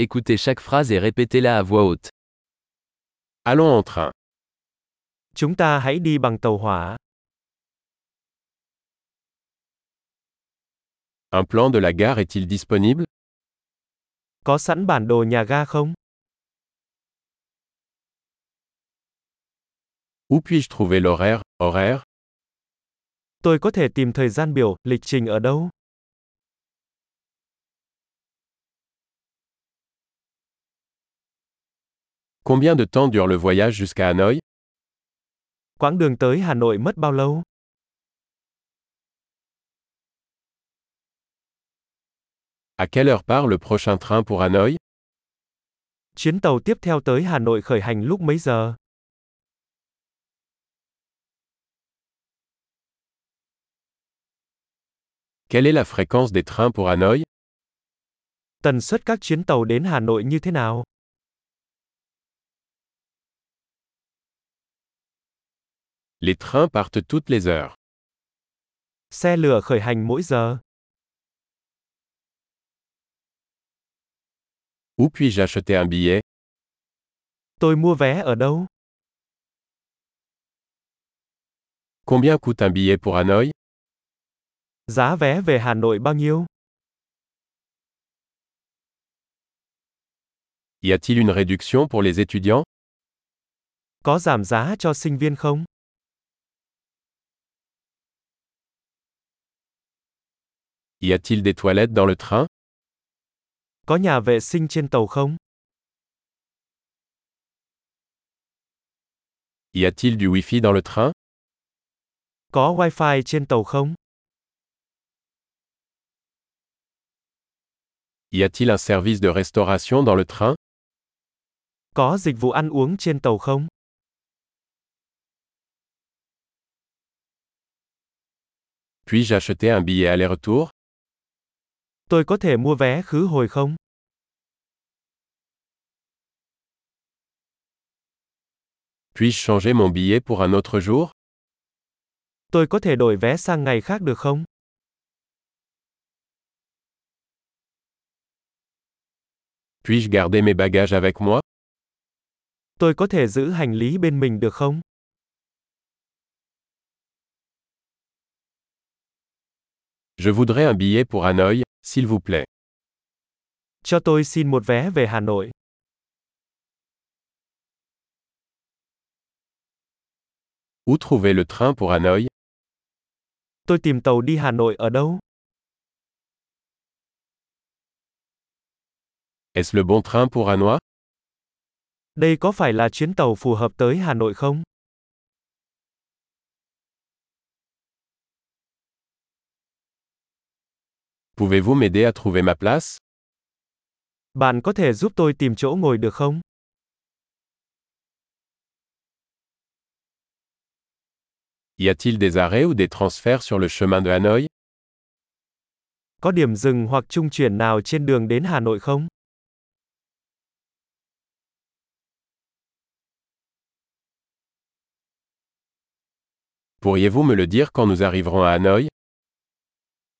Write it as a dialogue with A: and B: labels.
A: Écoutez chaque phrase et répétez-la à voix haute.
B: Allons en train.
C: Chúng ta hãy đi bằng tàu hỏa.
B: Un plan de la gare est-il disponible
C: Có sẵn bản đồ nhà ga không?
B: Où puis-je trouver l'horaire Horaire
C: Tôi có thể tìm thời gian biểu, lịch trình ở đâu?
B: Combien de temps dure le voyage jusqu'à Hanoï
C: Quãng đường tới Hà Nội mất bao lâu?
B: À quelle heure part le prochain train pour Hanoï
C: Chuyến tàu tiếp theo tới Hà Nội khởi hành lúc mấy giờ?
B: Quelle est la fréquence des trains pour Hanoï
C: Tần suất các chuyến tàu đến Hà Nội như thế nào?
B: Les trains partent toutes les heures.
C: Xe lửa khởi hành mỗi giờ.
B: Où puis-je acheter un billet
C: Tôi mua vé ở đâu?
B: Combien coûte un billet pour Hanoï
C: Giá vé về Hà Nội bao nhiêu?
B: Y a-t-il une réduction pour les étudiants
C: Có giảm giá cho sinh viên không?
B: Y a-t-il des toilettes dans le train
C: Có nhà vệ sinh trên tàu không?
B: Y a-t-il du Wi-Fi dans le train
C: Có wifi trên tàu không?
B: Y a-t-il un service de restauration dans le train
C: Có dịch vụ ăn uống trên tàu không?
B: Puis-je acheter un billet aller-retour
C: Tôi có thể mua vé khứ hồi không?
B: Puis-je changer mon billet pour un autre jour
C: Tôi có thể đổi vé sang ngày khác được không?
B: Puis-je garder mes bagages avec moi
C: Tôi có thể giữ hành lý bên mình được không?
B: Je voudrais un billet pour Hanoï, s'il vous plaît.
C: Cho tôi xin một vé về Hà Nội.
B: Où trouver le train pour Hanoï
C: Tôi tìm tàu đi Hà Nội ở đâu?
B: Est-ce le bon train pour Hanoï
C: Đây có phải là chuyến tàu phù hợp tới Hà Nội không?
B: Pouvez-vous m'aider à trouver ma place
C: Bạn có thể giúp tôi tìm chỗ ngồi được không?
B: Y a-t-il des arrêts ou des transferts sur le chemin de Hanoï
C: Có điểm dừng hoặc trung chuyển nào trên đường đến Hà Nội không?
B: Pourriez-vous me le dire quand nous arriverons à Hanoï